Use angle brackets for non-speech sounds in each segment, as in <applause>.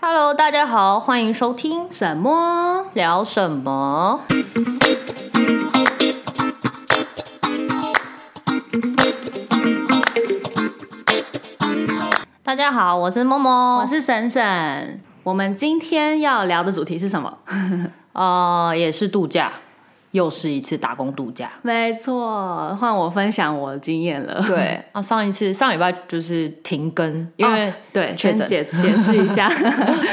Hello，大家好，欢迎收听什么聊什么。大家好，我是默默，我是沈沈。我们今天要聊的主题是什么？呃，也是度假，又是一次打工度假。没错，换我分享我的经验了。 <laughs> 对啊，上一次上礼拜就是停更，因为、哦对，确先诊解解释一 <laughs> 下，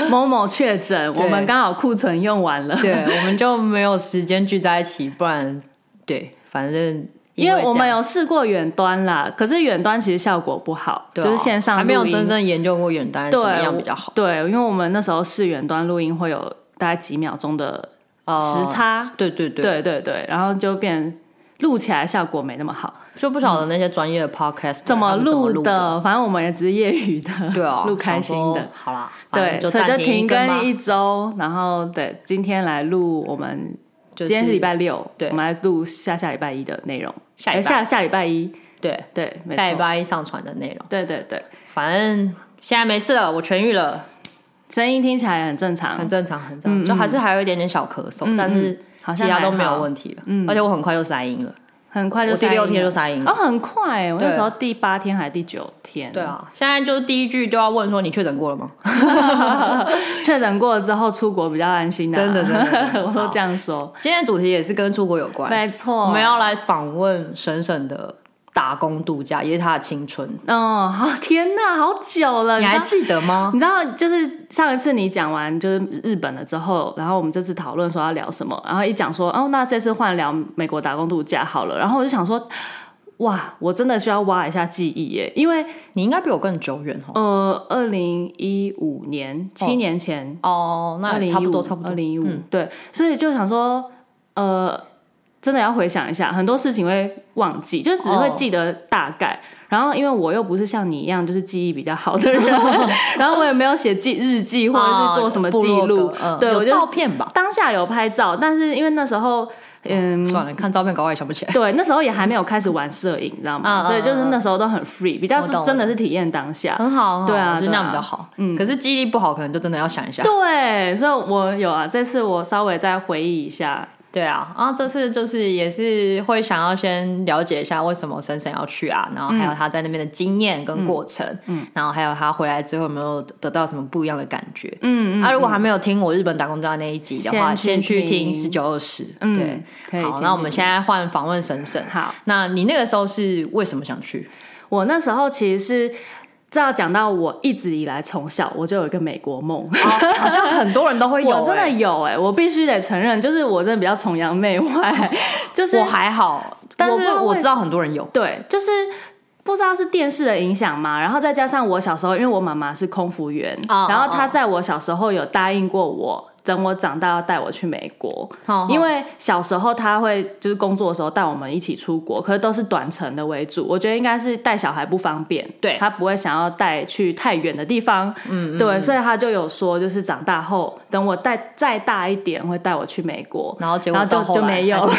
某某确诊，对我们刚好库存用完了。对我们就没有时间聚在一起，不然对，反正因为我这们样有试过远端啦，可是远端其实效果不好，对啊就是线上还没有录音真正研究过远端怎对么样比较好，对，因为我们那时候试远端录音会有大概几秒钟的，呃时差对对对，对对对，然后就变录起来效果没那么好，就不晓得那些专业的 podcast 怎么录录？的？反正我们也只是业余的，对啊， <laughs> 录开心想的说。好啦，反对，正就所以就暂停更吧更，一周，然后对，今天来录我们就今天是礼拜六，对我们来录下下礼拜一的内容，下礼拜呃下下礼拜一，对对，没下礼错，拜一上传的内容，对对对，反正现在没事了，我痊愈了，声音听起来很正常很，正常，很嗯正常，就还是还有一点点小咳嗽，但是好其像他都还没有好，问题了，而且我很快就塞音了，很快就我第塞六音天就了塞音了哦，，很快欸，我那对时候第八天还是第九天，对，啊，现在就是第一句就要问说你确诊过了吗？确诊过了之后出国比较安心啊，真的真的真的 <laughs> 我都这样说，今天的主题也是跟出国有关，没我错们，要来访问沈沈的打工度假，也是她的青春。嗯，好，天哪，好久了，你知还道记得吗？你知道，就是上一次你讲完就是日本了之后，然后我们这次讨论说要聊什么，然后一讲说哦，那这次换聊美国打工度假好了，然后我就想说，哇，我真的需要挖一下记忆耶，因为你应该比我更久远哦。呃，二零一五年七年前，哦，二那零差不多，差嗯不二多。零一五对，所以就想说，呃，真的要回想一下，很多事情会忘记，就只会记得大概。哦然后，因为我又不是像你一样，就是记忆比较好 <laughs> 的人，然后我也没有写记日记或者是做什么记部落录格，嗯对哦有我就照片哦吧。当下有拍照，但是因为那时候，嗯，算了，看照片搞我也想不起来。对，那时候也还没有开始玩摄影，你知道吗？嗯嗯所以就是嗯那时候都很 free，比较我是懂嗯真的是体验当 <laughs> 下。很好，很好对啊我觉得对那啊样比较好。嗯，可是记忆力不好，可能就真的要想一下。对，所以我有啊，这次我稍微再回忆一下，对啊，然后这次就是也是会想要先了解一下为什么沈沈要去啊，然后还有他在那边的经验跟过程，嗯，然后还有他回来之后有没有得到什么不一样的感觉，嗯啊，如果还没有听我日本打工度假那一集的话，先先去去听听十九二十。嗯对，可以好，先那我去们现在换访问神神。好，那你那个时候是为什么想去？我那时候其实是，这要讲到我一直以来从小我就有一个美国梦，好像很多人都 <laughs> 会有、我真的欸有哎、我必须得承认，就是我真的比较崇洋 <laughs> 媚外，就是我还好，但但是是我为知道很多人有。对，就是不知道是电视的影响嘛，然后再加上我小时候，因为我妈妈是空服员，哦然后她哦在我小时候有答应过我。等我长大要带我去美国，哦因为小时候她会就是工作的时候带我们一起出国，可是都是短程的为主。我觉得应该是带小孩不方便，对她不会想要带去太远的地方，嗯对，所以她就有说，就是长大后等我带再大一点会带我去美国，然后结果然后到后就就来没有还了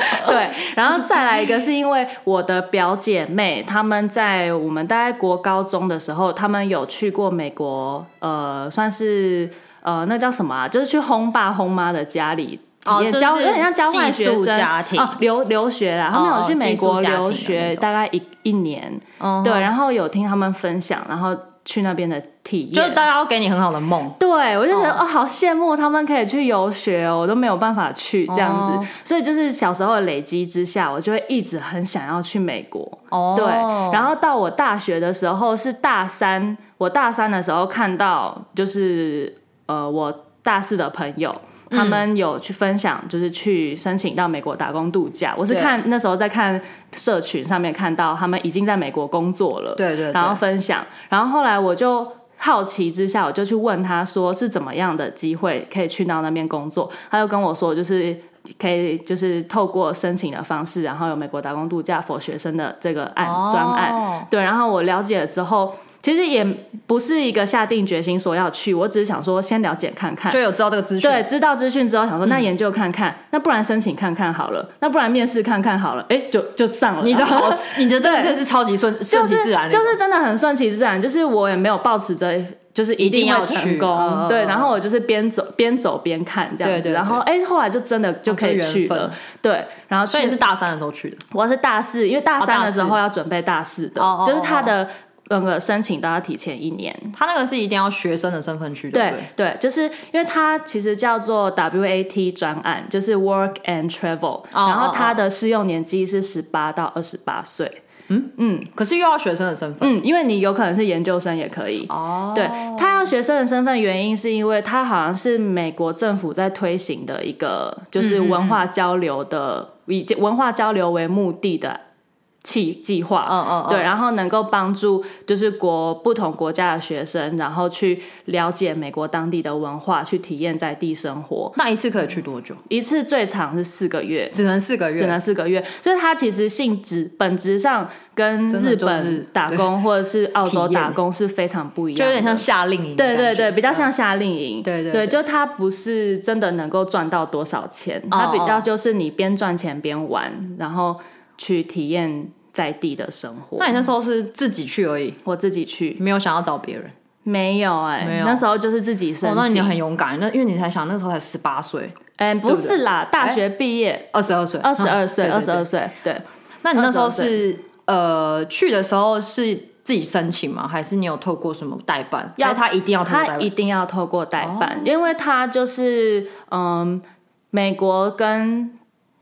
是。 <laughs> <laughs> 对，然后再来一个是因为我的表姐妹，她们在我们大概国高中的时候，她们有去过美国，呃，算是呃那叫什么啊？就是去轰爸轰妈的家里。哦体验就是交有点像交换学寄宿生家庭哦哦，留留学啦，他们有去美寄宿国家庭的留那学种大概一一年，嗯对，然后有听他们分享，然后去那边的体验，就是大家都给你很好的梦，对，我就觉得哦好羡慕他们可以去游学哦，我都没有办法去这样子，哦所以就是小时候的累积之下，我就会一直很想要去美国。哦对，然后到我大学的时候是大三，我大三的时候看到就是呃我大四的朋友。他们有去分享，就是去申请到美国打工度假。我是对看那时候在看社群上面看到他们已经在美国工作了，对对对然后分享，然后后来我就好奇之下，我就去问他说是怎么样的机会可以去到那边工作，他就跟我说就是。可以就是透过申请的方式，然后有美国打工度假 for 学生的这个案哦专、案，对，然后我了解了之后，其实也不是一个下定决心说要去，我只是想说先了解看看就。有知道这个资讯。对，知道资讯之后想嗯说，那研究看看，那不然申请看看好了，那不然面试看看好了，哎、就就上了。你的好，你的真的是超级顺顺就其是自然那就种，是真的很顺其自然，就是我也没有抱持着就是一定要会去成功，嗯对，嗯然后我就是边走边走边看这样子，对对对然后哎、后来就真的就可以哦就去缘分了，对，然后所以去你是大三的时候去的，我是大四，因为大三哦大的四时候要准备大四的，哦哦就是他的那个申请都要提前一年，他那个是一定要学生的身份去，对不对对？对，就是因为它其实叫做 WAT 专案，就是 Work and Travel，、然哦后它的适用年纪是十八到二十八岁。可是又要学生的身份嗯，因为你有可能是研究生也可以。哦对他要学生的身份原因，是因为他好像是美国政府在推行的一个，就是文化交流的，以及文化交流为目的的计计划。嗯嗯嗯对，然后能够帮助就是国不同国家的学生，然后去了解美国当地的文化，去体验在地生活。那一次可以去多久？一次最长是四个月，只能四个只月。能四个月，所以它其实性质本质上跟真的日就是本打工或者是澳洲体验打工是非常不一样就的，有点像夏令营的对感觉，对对，比较像夏令营。对对对对，就它不是真的能够赚到多少钱，哦它比较就是你边赚钱边玩，然后去体验在地的生活那。你那时候是自己去而已，我自己去没有想要找别人。没有哎、没有那时候就是自己哦申，那你请。很勇敢，那因为你才想那时候才十八岁，哎、不是啦，大哎学毕业，二十二岁，二十二岁，嗯二对十。对二对岁，对。那你那时候22岁是呃去的时候是自己申请吗？还是你有透过什么代办？要还是他一定要透过哦代他办一。定要透过代办，因为他就是嗯，美国跟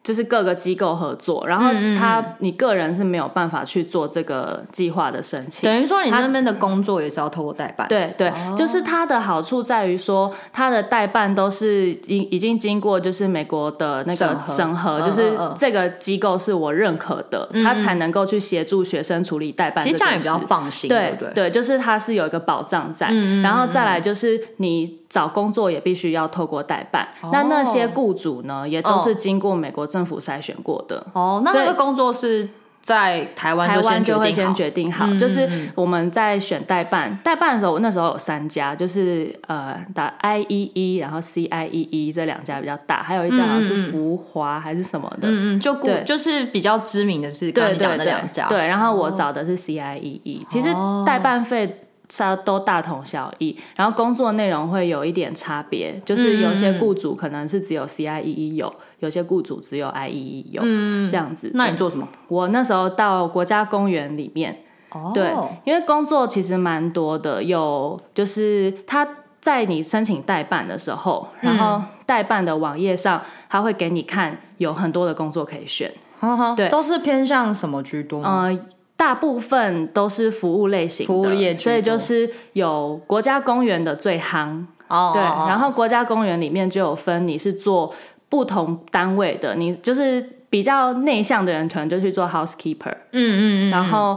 就是各个机构合作，然后嗯他、你个人是没有办法去做这个计划的申请。等于说你那边的工作也是要透过代办，对对，哦就是它的好处在于说，它的代办都是已已经经过就是美国的那审个核审核，嗯就是嗯嗯这个机构是我认可的，他才能够去协助学生处理代办。其实这样也比较方。放心，对对嗯不对？就是它是有一个保障在，然后再来就是你找工作也必须要透过代办，那那些雇主呢也都是经过美国政府筛选过的。哦，那那对个工作是在台湾台湾先决就会定先好，决定好，嗯就是我们在选代办，代办的时候，我那时候有三家，就是呃打 I E E，然后 C I E E 这两家比较大，还有一家好像是福华还是什么的，嗯嗯，就顾对就是比较知名的是刚刚你对讲对的那两家，哦对，然后我找的是 CIEE，、其实代办费它都大同小异，然后工作内容会有一点差别，就是有嗯些雇主可能是只有 CIEE 有，有些雇主只有 IEE 有，这样子。嗯那你做什么？我那时候到国家公园里面，哦，对，因为工作其实蛮多的，有就是他在你申请代办的时候，然后嗯代办的网页上，他会给你看有很多的工作可以选。哈哈，对都是偏向什么居多吗？呃，大部分都是服务类型的，服务业居所以多就是有国家公园的最夯，哦，对，哦然后国家公园里面就有分你是做不同单位的，你就是比较内向的人，可能就去做 housekeeper，嗯嗯然后。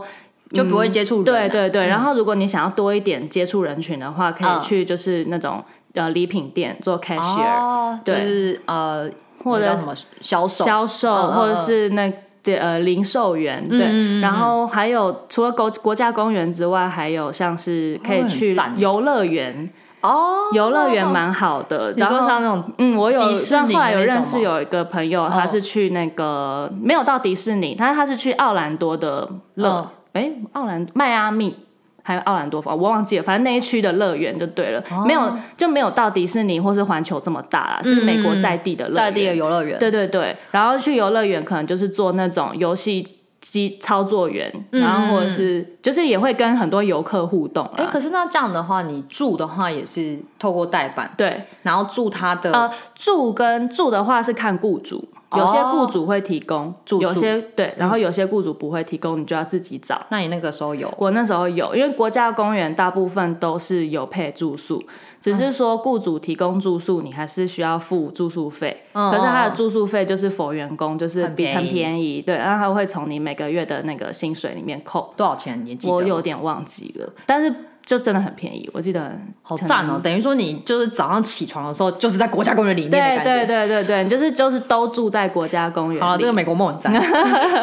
嗯，就不会接触人对啊，对对，然后如果你想要多一点接触人群的话，可嗯以去就是那种呃礼品店做 cashier，、哦，就对是呃，或者那叫什么销售，销售嗯嗯嗯或者是那对呃零售员，对，然后还有除了国国家公园之外，还有像是可以去哦很赞游乐园，哦，游乐园蛮好的。你然说后像那种嗯，我有迪士尼后来有的那种认吗哦识有一个朋友，他是去那个没有到迪士尼，但是他是去奥兰多的哦乐，哎，奥兰迈阿密。还有奥兰多，哦我忘记了，反正那一区的乐园就对了，哦没有就没有到迪士尼或是环球这么大啦，是美国在地的乐嗯园，在地的游乐园，对对对，然后去游乐园可能就是做那种游戏机操作员，嗯然后或者是就是也会跟很多游客互动啊哎，啦。可是那这样的话，你住的话也是透过代办，对，然后住他的呃，住跟住的话是看雇主，有些哦雇主会提供，住宿嗯有些对，然后有些雇主不会提供，你就要自己找。那你那个时候有我那时候有，因为国家公园大部分都是有配住宿，只嗯是说雇主提供住宿，你还是需要付住宿费。嗯可是它嗯嗯的住宿费就是否员工，就是很比便宜很便宜，对，然后它会从你每个月的那个薪水里面扣。多少钱？你也记得我吗有点忘记了，但是就真的很便宜，我记得好赞哦！等于说你就是早上起床的时候，就是在国家公园里面的感对觉。对对对对，你就是就是都住在国家公园里。好了，这个美国梦 <laughs> 很赞，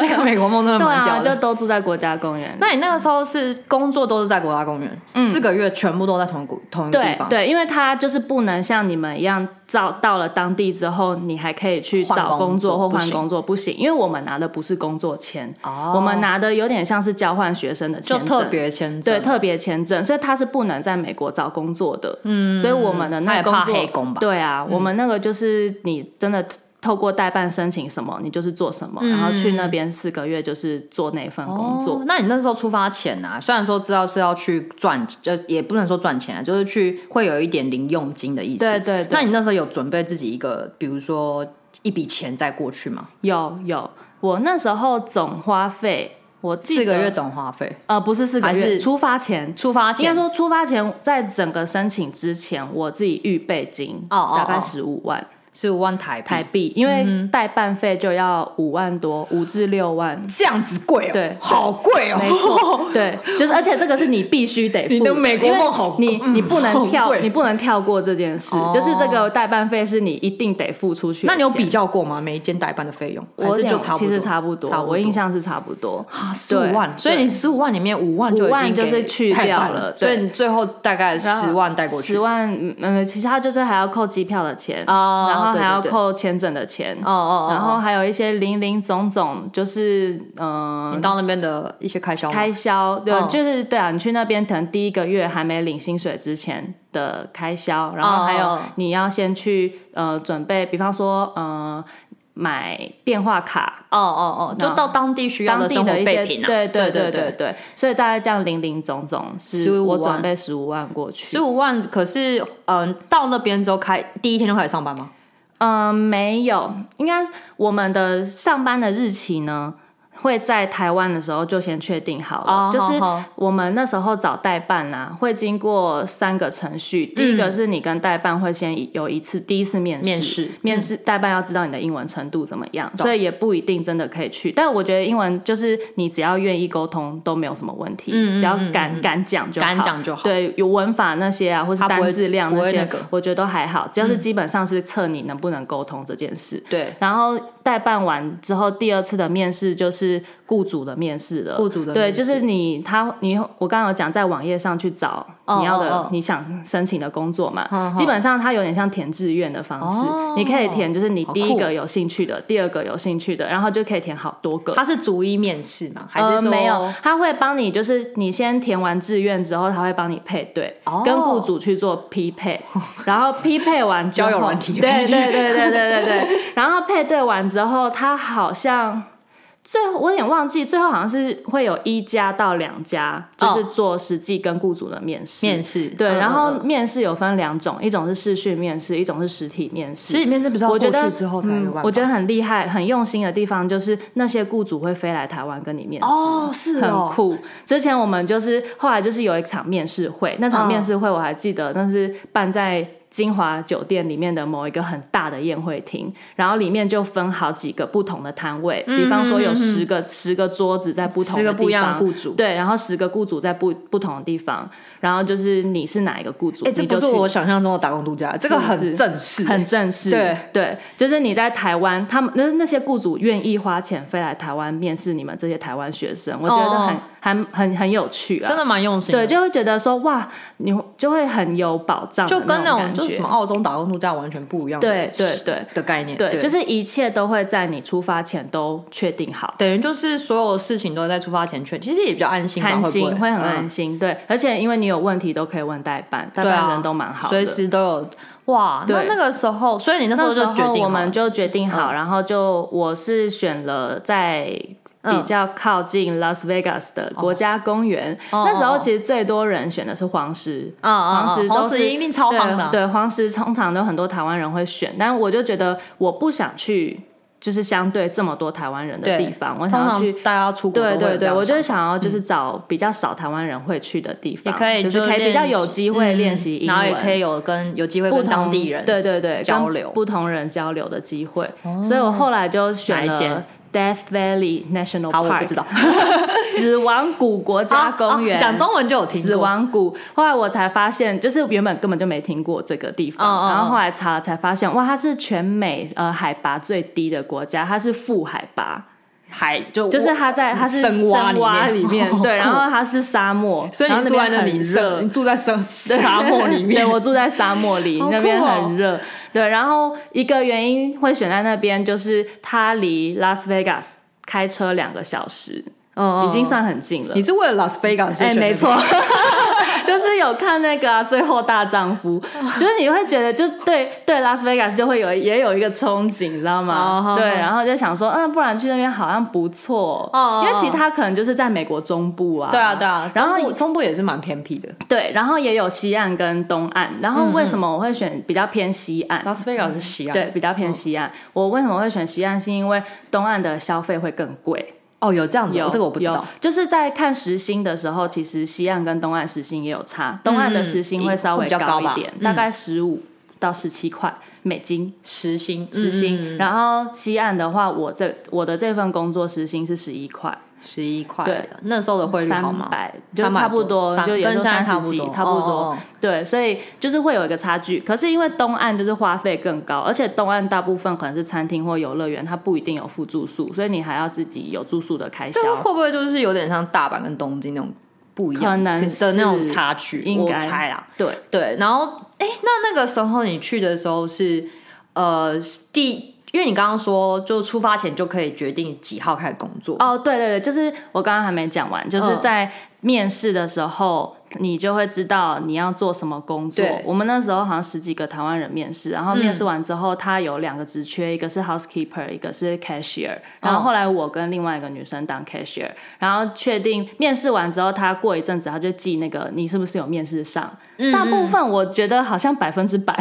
这个美国梦真的对蛮啊，屌的。就都住在国家公园。那你那个时候是工作都是在国家公园，四个月全部都在同一个同一个地对方，对，因为他就是不能像你们一样，找到了当地之后，你还可以去换找工工作作或不换行工作，不行，因为我们拿的不是工作签，哦我们拿的有点像是交换学生的就签特证。别签对证，特别签证，所以他是不能在美国找工作的。嗯，所以我们的他那也工怕作黑工吧嗯对啊，我们那个就是你真的透过代办申请什么，你就是做什么，然后去那边四个月就是做那份工作。嗯哦那你那时候出发前啊，虽然说知道是要去赚，就也不能说赚钱啊，就是去会有一点零用金的意思。对对对那你那时候有准备自己一个，比如说一笔钱再过去吗？有有，我那时候总花费我记得四个月总花费，呃，不是四个还月，是出发前。出发应该前说，出发前在整个申请之前，我自己预备金哦哦大概哦十五万是五万台币，台币，因为代办费就要五万多，五至六万。这样子贵哦、对好贵哦、没错， <laughs> 对，就是，而且这个是你必须得付你的美国因为梦好嗯你你不能好跳，贵哦你不能跳过这件事，就是这个代办费是你一定得付出去的钱。那你有比较过吗？每一间代办的费用，我还有是点就差不多？其实差不多，差不多啊我印象是差不多。十五万，对所以你十五万里面五万就已5万经就是给去代办掉了对所以你最后大概十万带过去十。万，嗯嗯，其实他就是还要扣机票的钱，哦然后对还对要对扣签证的钱，哦哦哦，然后还有一些零零总总，就是你嗯、到那边的一些哦开销吗，开销，对，嗯就是对啊，你去那边可能第一个月还没领薪水之前的开销，然后还哦有哦哦你要先去呃准备，比方说呃买电话卡，哦哦哦，就到当地需要当地生活的一些，备品啊，对对对对对对，所以大概这样零零总总是15我万准备十五万过去十，五万，可是嗯、到那边之后开第一天就开始上班吗？嗯，没有，应该我们的上班的日期呢，会在台湾的时候就先确定好了。哦就是好好我们那时候找代办啊，会经过三个程序。第一个是你跟代办会先有一次第一次面试，面试嗯面试代办要知道你的英文程度怎么样，所以也不一定真的可以去。但我觉得英文就是你只要愿意沟通都没有什么问题，嗯只要敢敢讲就好。敢讲就好对，有文法那些啊，或是它不会单字量不那会些，那个嗯我觉得都还好，只要是基本上是测你能不能沟通这件事。对，然后代办完之后，第二次的面试就是雇主的面试了。雇主的对，面试就是你他你我刚刚有讲，在网页上去找哦你要的、哦哦你想申请的工作嘛，嗯嗯基本上它有点像填志愿的方式，哦你可以填就是你第一好哦个有兴趣的，第二个有兴趣的，然后就可以填好多个。他是逐一面试吗？还呃是说没有，他会帮你，就是你先填完志愿之后，他会帮你配对，哦跟雇主去做匹配，然后匹配完之 <laughs> 后交友软体的对概对对对对对对， <laughs> 然后配对完之后，他好像。最后我有点忘记，最后好像是会有一家到两家，就是做实际跟雇主的面试。哦面试？对，嗯然后嗯嗯面试有分两种，一种是视讯面试，一种是实体面试。其实面试不是要我过觉得去之后才有办法，我觉得很厉害、很用心的地方，就是那些雇主会飞来台湾跟你面试。哦是很哦，酷。之前我们就是后来就是有一场面试会，那嗯场面试会我还记得，那是办在金华酒店里面的某一个很大的宴会厅，然后里面就分好几个不同的摊位，嗯比方说有十个十个桌子在不同十的个地不一样方的雇主对，然后十个雇主在不不同的地方，然后就是你是哪一个雇主，哎、这你不就是去我想象中的打工度假，这个是不是很正式、很正式，对对，就是你在台湾，他们那那些雇主愿意花钱飞来台湾面试你们这些台湾学生，我觉得很、哦还很很有趣啊，真的蛮用心对，的。就会觉得说哇，你就会很有保障的就跟那那种感觉就是什么澳洲打工度假完全不一样的对对对的概念，对，就是是一切都会在你出发前都确定好，等于就是所有事情都在出发前确，其实也比较安心吧，安会不心会很嗯安心，对，而且因为你有问题都可以问代办，代对啊办人都蛮好随的。时都有哇。那对那个时候，所以你那时那候时就候决定我好们了嗯就决定好，然后就我是选了在比嗯较靠近 Las Vegas 的哦国家公园。那时候其实最多人选的是黄石，嗯嗯黄石嗯，都黄是石一定超夯的啊，对对，黄石通常都很多台湾人会选，但我就觉得我不想去，就是相对这么多台湾人的对地方，我通想要常去。大家出国对都会对有这对，样我想嗯就是想要就是找比较少台湾人会去的地方，也可以就就是可以比练较有机会嗯练习英文，然后也可以有跟有机会不跟同当地人对对对交跟流哦不同人交流的机会，所以我后来就选哪一间了 Death Valley National 好， Park，我不知道。 <laughs> 死亡谷国家公园。哦哦讲中文就有听过死亡谷，后来我才发现，就是原本根本就没听过这个地方，嗯嗯嗯然后后来查了才发现，哇，它是全美呃海拔最低的国家，它是负海拔，海就就是它在它是深蛙挖里里面 <laughs> 好酷对，然后它是沙漠，所以然后你那住边在那里很热热，，你住在沙 <laughs> 沙漠里面 <laughs> 对，我住在沙漠里，好酷哦那边很热。对，然后一个原因会选在那边，就是它离拉斯维加斯开车两个小时，嗯已经算很近了你。是为了 Las Vegas 所以哎、选那没边错， <laughs> 就是有看那个、啊《最后大丈夫》，就是你会觉得就对对拉斯维加斯就会有也有一个憧憬，你知道吗哦对，然后就想说，嗯，不然去那边好像不错哦因为其他可能就是在美国中部啊，对啊对啊，然后中部中部也是蛮偏僻的对，然后也有西岸跟东岸。然后为什么我会选比较偏西岸？ ，Las Vegas 是西岸，对，比较偏西岸。我为什么会选西岸？是因为东岸的消费会更贵。哦有这样子哦有，这个我不知有道，就是在看时薪的时候，其实西岸跟东岸时薪也有差。东岸的时薪会稍微嗯会比较高一吧点，嗯大概十五到十七块美金时薪时薪。嗯然后西岸的话，我这我的这份工作时薪是十一块。嗯十一块，对，那时候的汇率三好吗？百就300差不多，三就也跟就现在三差十不几多，，差不多。哦。哦哦对，所以就是会有一个差距。可是因为东岸就是花费更高，而且东岸大部分可能是餐厅或游乐园，它不一定有附住宿，所以你还要自己有住宿的开销这。个会不会就是有点像大阪跟东京那种不一可样能的那种是差距？应我该猜啦，对，对，然后哎，那那个时候你去的时候是呃第，因为你刚刚说就出发前就可以决定几号开始工作，哦，对对对，就是我刚刚还没讲完，就是嗯在面试的时候。你就会知道你要做什么工作对。嗯我们那时候好像十几个台湾人面试，然后面试完之后，他有两个职缺，一个是 housekeeper，一个是哦 cashier。然后后来我跟另外一个女生当 cashier，然后确定面试完之后，他过一阵子他就寄那个你是不是有面试上。嗯大部分我觉得好像百分之百，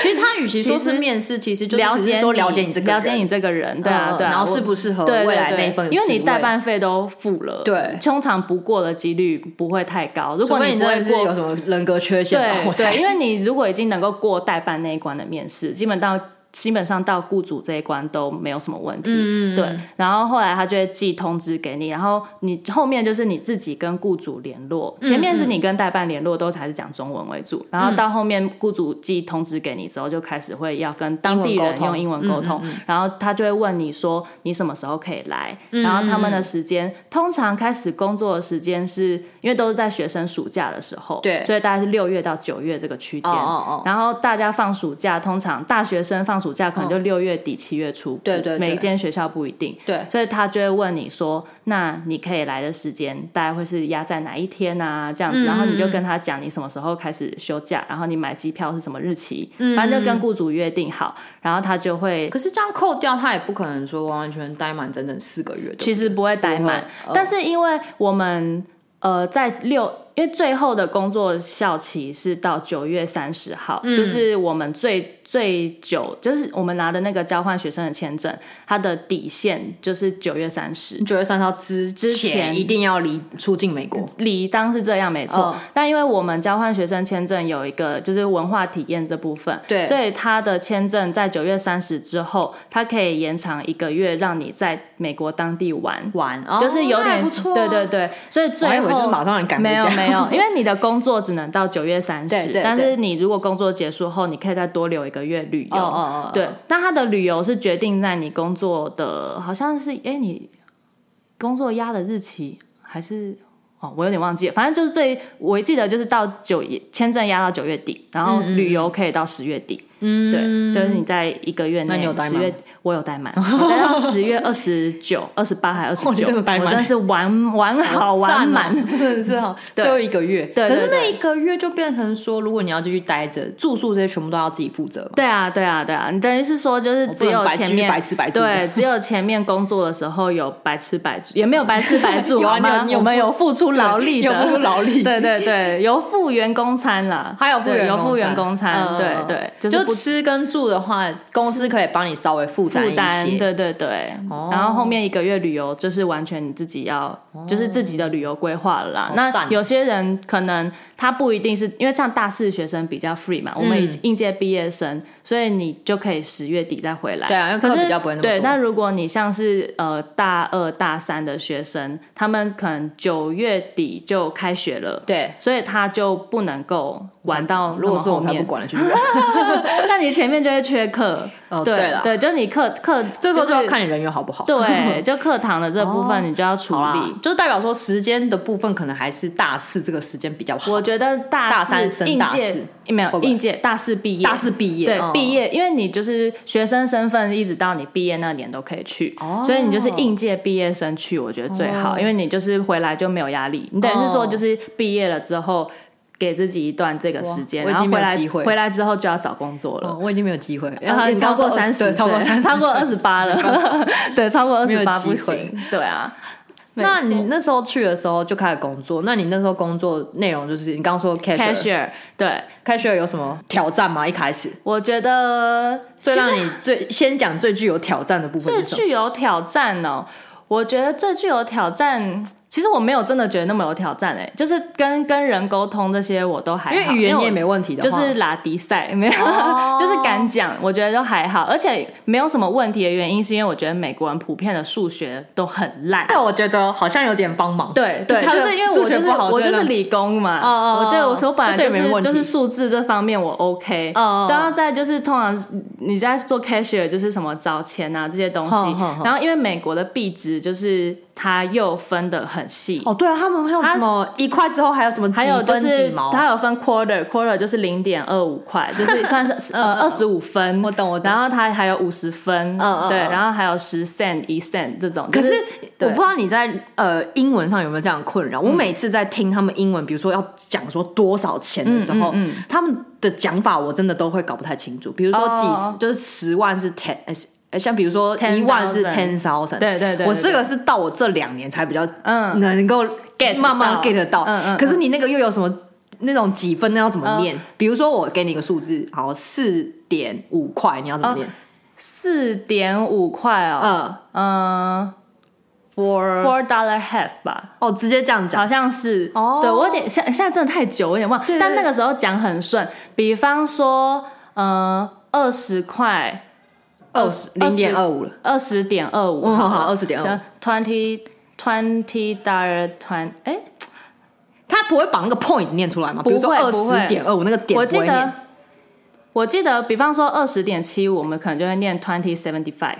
其实他与其说其是实面试，其实就了是只解是说了解你这个了解人你这个人，对啊嗯对啊，然后我适不适合对对未来对那一份职位，因为你代办费都付了，对通常不过的几率不会太高。如除果非不真会的是有过，什么人格缺陷吧，对我对，猜因为你如果已经能够过代办那一关的面试，基本到基本上到雇主这一关都没有什么问题。嗯，对。然后后来他就会寄通知给你，然后你后面就是你自己跟雇主联络，前面是你跟代办联络都还是讲中文为主，然后到后面雇主寄通知给你之后，就开始会要跟当地英文沟人通用英文沟通，嗯然后他就会问你说你什么时候可以来，然后他们的时间通常开始工作的时间是因为都是在学生暑假的时候，对所以大概是六月到九月这个区间，哦哦哦然后大家放暑假，通常大学生放暑假可能就六月底七月初，哦对对对每一间学校不一定，对，所以他就会问你说，那你可以来的时间大概会是压在哪一天啊？这样嗯子，然后你就跟他讲你什么时候开始休假，然后你买机票是什么日期，嗯反正就跟雇主约定好，然后他就会可是这样扣掉，他也不可能说完完全全待满整整四个月的。其实不会待满，不会哦但是因为我们呃在六，因为最后的工作效期是到九月三十号、嗯就是我们最最久，就是我们拿的那个交换学生的签证，它的底线就是九月三十。你九月三十号之之前前一定要离出境美国，理当是这样没错、嗯但因为我们交换学生签证有一个就是文化体验这部分，对所以他的签证在九月三十之后，它可以延长一个月，让你在美国当地玩。玩哦就是有那点、还不错啊对对对，所以我还最以后为就是马上让你赶回没有家 <laughs> 没有， <laughs> 因为你的工作只能到九月三对十，对但是你如果工作结束后，你可以再多留一个月旅游。哦哦哦哦对，那他的旅游是决定在你工作的，好像是哎你工作压的日期还是。哦，我有点忘记了，反正就是对，我记得就是到九月签证压到九月底，然嗯后旅游可以到十月底，嗯，对，就是你在一个月内，那你有待十满月我有待满，我待到十月二十九、 <laughs> 二十八还二十哇你九，真的待满我真的是玩玩好玩满，赞哦真的是哦，对最后一个月。对对可是那一个月就变成说，如果你要继续待着，住宿这些全部都要自己负责嘛。 <laughs> 对啊，对啊，对啊，你等于是说，就是我不只有能白前继续面白吃白住对，只有前面工作的时候有白吃白住，也没有白吃 <laughs> 白住，有啊好吗你有你有我们有付出劳力的，有付出劳力 <laughs> 对对对，有付员工餐啦，还有付对员有工付员餐工餐，嗯嗯对嗯对，就是不吃跟住的话，公司可以帮你稍微负担负担，一些。对对对。哦然后后面一个月旅游就是完全你自己要，就是自己的旅游规划了啦。好赞那哦有些人可能他不一定是因为像大四学生比较 free 嘛，我们已嗯应届毕业生，所以你就可以十月底再回来。对啊，因为可课是比较不会那么多。对，但如果你像是呃大二大三的学生，他们可能九月底就开学了，对所以他就不能够玩到如哦那么果说后我才不面。管了，就是 <laughs> 那你前面就会缺课，哦对对啦对，就是你课课这时候就要是看你人缘好不好。 <laughs> 对，就课堂的这部分你就要 <laughs> 处哦好啦理。，就代表说时间的部分可能还是大四这个时间比较好。我觉得大大四三升应大届没有会不会应届大四毕业，哦大四毕业，对嗯毕业，因为你就是学生身份，一直到你毕业那年都可以去，哦所以你就是应届毕业生去，我觉得最好，哦因为你就是回来就没有压力，你等于是说哦就是毕业了之后。给自己一段这个时间，哇我已然后经没回有来机会回来之后就要找工作了哦。我已经没有机会了，然后因为啊你超过刚刚三说十，对超过三十，超过二十 <laughs> 八了，对，超过二没有十八机不会行，对啊。那没你错那时候去的时候就开始工作，那你那时候工作内容就是你刚刚说 cashier，cashier cashier，对有什么挑战吗？一开始我觉得最其实让你最先讲最具有挑战的部分最是什么？具有挑战哦，我觉得最具有挑战，其实我没有真的觉得那么有挑战哎、就是跟跟人沟通这些我都还好，因为语言你也没哦有。问题的就话，是拉迪赛没有，就是敢讲，我觉得都还好，而且没有什么问题的原因，是因为我觉得美国人普遍的数学都很烂，但我觉得好像有点帮忙。对对，他就的是因为数我学就是不好我所以就是让理工嘛，哦哦我对我哦说本来这就对没是问就是题数字这方面我 OK，哦哦哦然后再就是通常你在做 cashier 就是什么找钱啊这些东哼西哼，哼然后因为美国的币值就是它又分的很细。哦，对啊，他们还有什么一块之后还有什么还有几就分是几毛？啊它有分 quarter，quarter 就是零点二五块，就是算 <laughs> 是呃二十五分。嗯我懂我懂然后它还有五十分，嗯嗯对，嗯然后还有十 cent、一 cent 这种。可就是我对嗯不知道你在呃英文上有没有这样的困扰。我每次在听他们英文，比如说要讲说多少钱的时候，嗯他们的讲法我真的都会搞不太清楚。比如说哦几十，就是十万是 ten，呃呃像比如说10,000一万是 ten thousand。对对对对我这个是到我这两年才比较嗯能够 get 慢慢到 get 得到。嗯嗯嗯嗯可是你那个又有什么？那种几分那要怎么念？比如说我给你一个数字，好四点五块，你要怎么念？哦四点五块哦，嗯嗯， ，for four dollar half 吧，哦，直接这样讲好像是。哦对我有点现现在真的太久，我有点忘。对对但那个时候讲很顺，比方说，呃，二十块，二十零点二五了。二十点二五，嗯好好20.25 twenty twenty dollar twenty，哎，他不会把那个 point 念出来吗？不比如会说二不会十点二五那个点我不记会得念，。我记得，比方说二十点七五，我们可能就会念 twenty seventy five，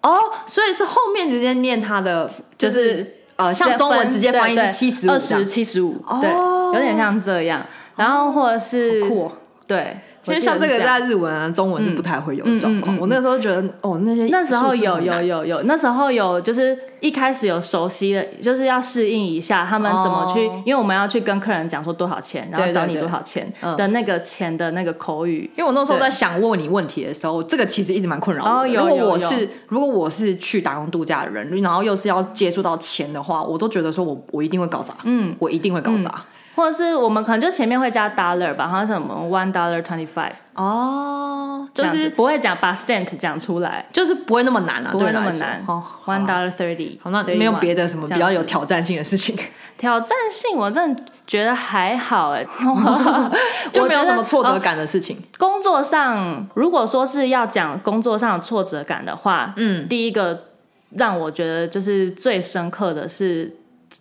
哦，所以是后面直接念他的，就是呃，像中文直接翻译是七十五二这样十，七十五，对，哦有点像这样。然后或者是好酷哦。对，因为像这我记得个是样在日文啊、中文是不太会有的状嗯嗯况。嗯嗯我那时候觉得，哦，那些那时候数字有很有难有有，那时候有就是一开始有熟悉的，就是要适应一下他们怎么去，哦因为我们要去跟客人讲说多少钱，然后对对找你对多少钱嗯的那个钱的那个口语。因为我那时候在想问你问题的时候，这个其实一直蛮困扰我哦的。有如有果我有是如果我是去打工度假的人，然后又是要接触到钱的话，我都觉得说我我一定会搞砸，嗯，我一定会搞砸。或者是我们可能就前面会加 dollar 吧，好像什么 one dollar twenty five，哦，就是不会讲把 cent 讲出来，就是不会那么难啊，不对会你那来么说难。哦，好啊 one dollar thirty，好，那没有别的什么比较有有挑战性的事 <laughs> 情，挑战性，我真的觉得还好 <laughs> 哎、就没有什么挫我觉得哦折感的事情。工作上，如果说是要讲工作上的挫折感的话，嗯，第一个让我觉得就是最深刻的是，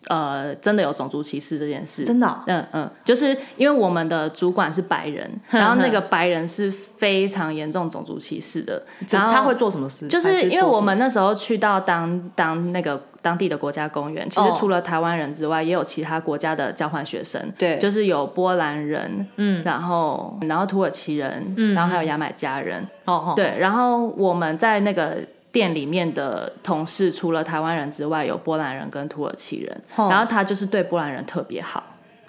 呃，真的有种族歧视这件事。真的哦嗯嗯，就是因为我们的主管是白人， <laughs> 哼然后那个白人是非常严重种族歧视的，这然后他会做什么事？就还是是因为我们那时候去到当当那个当地的国家公园，其实哦除了台湾人之外，也有其他国家的交换学生，对就是有波兰人，嗯，然后然后土耳其人，嗯，然后还有牙买加人，说哦哦对，然后我们在那个。店里面的同事除了台湾人之外，有波兰人跟土耳其人，哦然后他就是对波兰人特别好。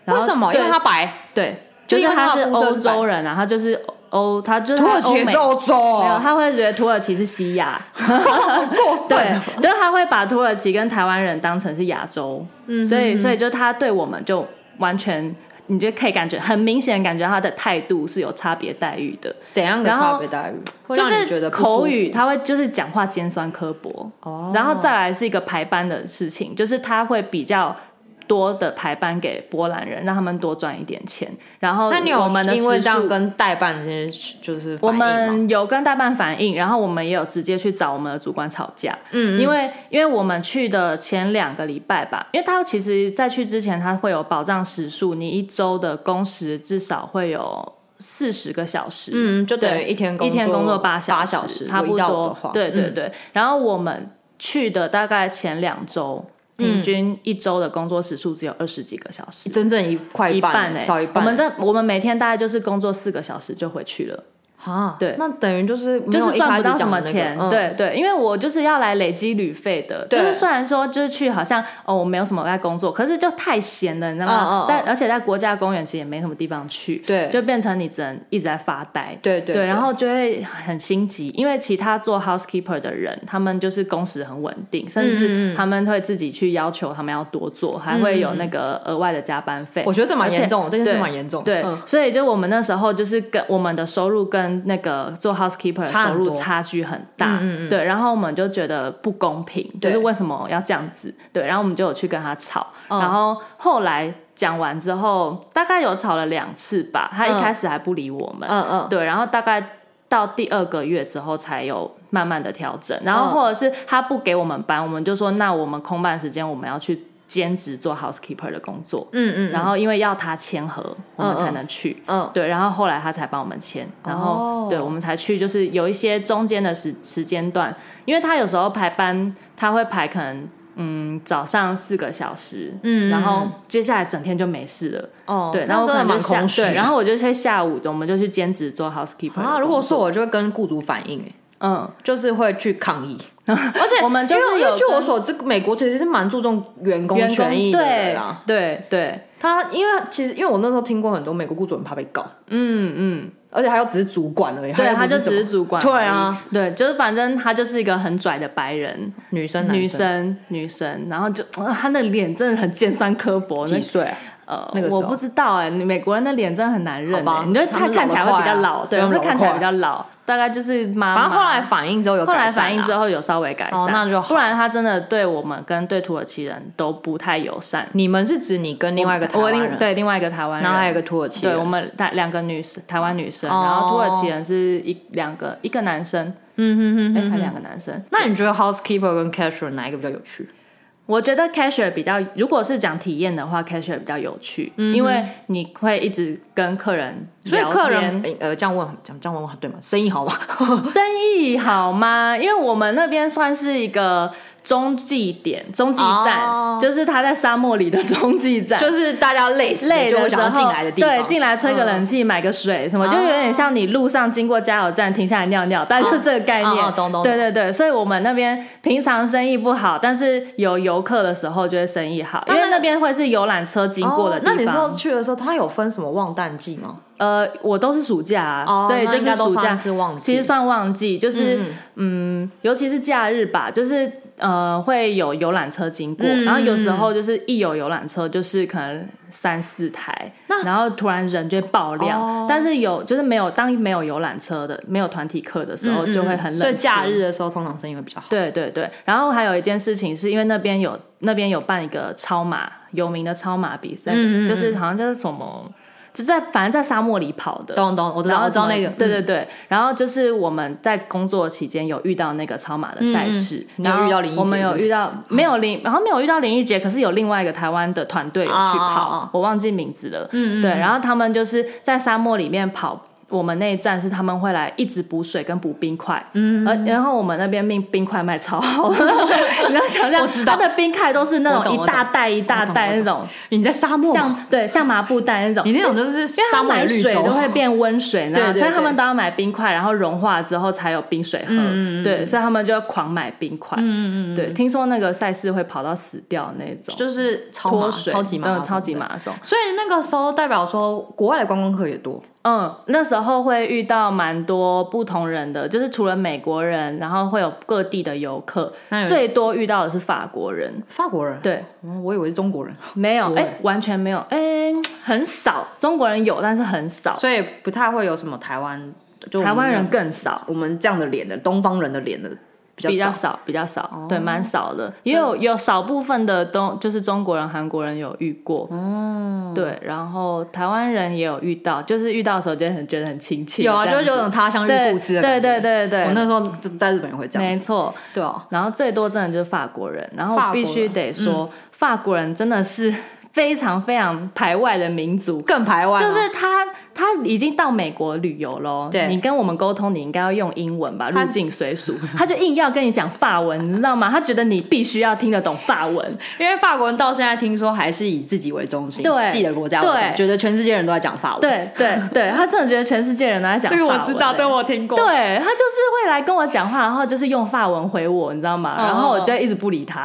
然为后什么？因对为他白，对，就就是因为他他的是肤色欧是白洲人啊，他就是欧，他就是土他耳其也美是欧洲没 <laughs> 有，哦，他会觉得土耳其是西亚，好过 <laughs> <laughs> 对分哦。，就是他会把土耳嗯其跟台湾人当成是亚洲，所以所以就他对我们就完全。你就可以感觉很明显感觉他的态度是有差别待遇的，怎样的然差后别待遇？会就让你觉是得不舒口服语他会就是讲话尖酸刻薄，哦，然后再来是一个排班的事情，就是他会比较多的排班给波兰人，让他们多赚一点钱。然后那你我有们的因为时这样数跟代办这些就是我反应吗们有跟代办反映，然后我们也有直接去找我们的主管吵架。嗯因为因为我们去的前两个礼拜吧，因为他其实在去之前他会有保障时数，你一周的工时至少会有四十个小时。嗯，就等于对一天一天工作八八小小时，时，差不我一到五的多话。对对嗯对、然后我们去的大概前两周，平均一周的工作时数只有二十几个小时，整整一快一半哎、少一半。欸我们这我们每天大概就是工作四个小时就回去了，啊，对那等于就是没就有是一开始赚不到什讲的么那个钱。嗯对对，因为我就是要来累积旅费的。就对是虽然说就是去好像哦我没有什么在工作，可是就太闲了，你知道嗯吗？嗯嗯在而且在国家公园其实也没什么地方去，对就变成你只能一直在发呆。对对对，然后就会很心急，因为其他做 housekeeper 的人，他们就是工时很稳定，甚嗯至他们会自己去要求他们要多做，还会有那个额外的加班费。我觉得这蛮严重的，这件事对蛮严重的。对，嗯所以就我们那时候就是跟我们的收入跟那个做 housekeeper 的差很收入多嗯差距很大，对，然后我们就觉得不公平，就对是为什么要这样子？对，然后我们就有去跟他吵，嗯然后后来讲完之后，大概有吵了两次吧，他嗯一开始还不理我们，嗯嗯，对，然后大概到第二个月之后才有慢慢的调整，然后或者是他不给我们班，我们就说那我们空班时间我们要去兼职做 housekeeper 的工作，嗯嗯，然后因为要他签合，我嗯们嗯才能去。嗯对，然后后来他才帮我们签，然后、哦对我们才去，就是有一些中间的时时间段，因为他有时候排班，他会排可能嗯早上四个小时，嗯然后接下来整天就没事了，哦，对，然那后我真可的能蛮就下空虚。对，然后我嗯就去下午我们就去兼职做 housekeeper 的啊，如工果作说我就会跟雇主反映，哎嗯就是会去抗议。而且我们嗯就是因为因有为据我跟所知，美国其实是蛮注重员工员工权益的人对啊。对对，他因为其实因为我那时候听过很多美国雇主很怕被告，嗯嗯，而且他又只是主管而已，对，又他不就是只什是么主管，对啊，对，就是反正他就是一个很拽的白人，女生男女生女生，然后就、啊他那脸真的很尖酸刻薄，那几岁啊？呃那个时候我不知道哎、美国人的脸真的很难认、好欸吧，你就他看们看起来老得会比快啊较老，对，他们会老得看起来快啊比较老，大概就是妈反妈。正后来反应之后有后改来善啊反应之后有稍微改善，哦那就好不然他真的对我们跟对土耳其人都不太友善。你们是指你跟另外一个台我湾另人，对另外一个台湾人，然后还有一个土耳其人，对我们台两个女生，台湾女生，哦然后土耳其人是一两个一个男生，嗯哼哼，还两个男生。那你觉得 housekeeper 跟 cashier 哪一个比较有趣？我觉得 cashier 比较，如果是讲体验的话，cashier 比较有趣，因为你会一直跟客人所以聊客天人诶呃这样问这样这样问对吗？生意好吗？ <laughs> 生意好吗？因为我们那边算是一个中继点、中继站，哦就是他在沙漠里的中继站，就是大家累死累就的会时想要候，进来的地方，哦嗯对，进来吹个冷气、买个水什么，就有点像你路上经过加油站停下来尿尿，大概就是这个概念。哦哦懂懂对对对，所以我们那边平常生意不好，但是有游客的时候就会生意好，那因那个为那边会是游览车经过的哦地那方。你说去的时候，他有分什么旺淡季吗？呃，我都是暑假、啊，哦所以那就应该是都暑假算是旺季其实算旺季，就是嗯嗯尤其是假日吧，就是呃会有游览车经过，嗯然后有时候就是一有游览车，就是可能三四台，然后突然人就会爆量，哦但是有就是没有当没有游览车的，没有团体课的时候就会很冷嗯清、所以假日的时候通常生意会比较好。对对对，然后还有一件事情，是因为那边有那边有办一个超马有名的超马比赛，嗯嗯嗯就是好像叫什么，就在反正在沙漠里跑的。懂懂，我知然道，后我知道什么那个，嗯对对对。然后就是我们在工作期间有遇到那个超马的赛事，嗯嗯然后你有遇到林奕杰我们是有不是遇到没有林，然后没有遇到林奕杰，可是有另外一个台湾的团队有去跑，哦哦哦我忘记名字了。嗯对。然后他们就是在沙漠里面跑。我们那一站是他们会来一直补水跟补冰块，嗯，而然后我们那边冰冰块卖超 <laughs> 好，你要想象，我知道它的冰块都是那我懂我种一懂大袋一大袋那种，你在沙漠嘛，像对像麻布袋那种，你那种就是因为沙他漠的买绿水洲都，会变温水，你知道 <laughs> 吗对对对所以他们都要买冰块，然后融化之后才有冰水喝。嗯对，所以他们就要狂买冰块。嗯嗯对，听说那个赛事会跑到死掉那种，就是超马脱水，超级马拉松嗯的超级马拉松。所以那个时候代表说，国外的观光客也多，嗯，那时候会遇到蛮多不同人的，就是除了美国人，然后会有各地的游客那，有最多遇到的是法国人。法国人，对，哦我以为是中国人，没有，不哎、会完全没有，哎、很少。中国人有，但是很少，所以不太会有什么台湾，就我们台湾人这样更少，我们这样的脸的东方人的脸的比较比较少。哦少，比较少，对，蛮少的。也有有少部分的东，就是中国人、韩国人有遇过，嗯哦，对，然后台湾人也有遇到，就是遇到的时候就很觉得很亲切，有啊，这就样是有种他乡遇故知对的感觉。对对对对，我那时候就在日本也会这样，没错，对哦，然后最多真的就是法国人，然后法我国必人嗯须得说，法国人真的是非常非常排外的民族。更排外吗，就是他，他已经到美国旅游喽。哦对你跟我们沟通，你应该要用英文吧，入他境随俗。 <laughs> 他就硬要跟你讲法文，你知道吗？他觉得你必须要听得懂法 <laughs> 文。因为法国人到现在听说还是以自己为中心，对自己的国家为中心，对觉得全世界人都在讲法文。，对对对，他真的觉得全世界人都在讲法文、欸我听过对他就是会来跟我讲话，然后就是用法文回我，你知道吗？哦然后我就会一直不理 <laughs> 他。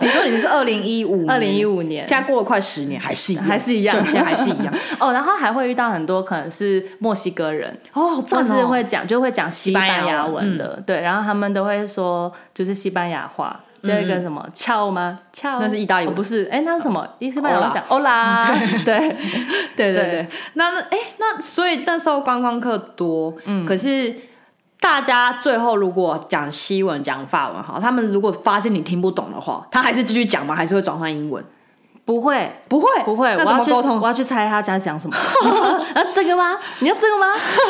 你说你是二零一五，二零一，五年现，在过了快十年，还是一样，还是一样对现在还是 <laughs> 一样。哦，然后还会遇到很多可能是墨西哥人，哦，好或赞是哦！会讲就会讲西班牙班牙文嗯文的，对，然后他们都会说就是西班牙话。就会跟什么翘吗？翘嗯那是意大利哦文不是？哎，那是什么？西班牙文讲欧啦，对， <laughs> 对对对对，那那哎，那所以那时候观光客多，嗯，可是大家最后如果讲西文、讲法文，好，他们如果发现你听不懂的话，他还是继续讲吗？还是会转换英文？不会，不会，不会，我 <laughs> 那怎要么去沟通我？要去猜他家讲什么 <laughs> 啊？这个吗？你要这个吗？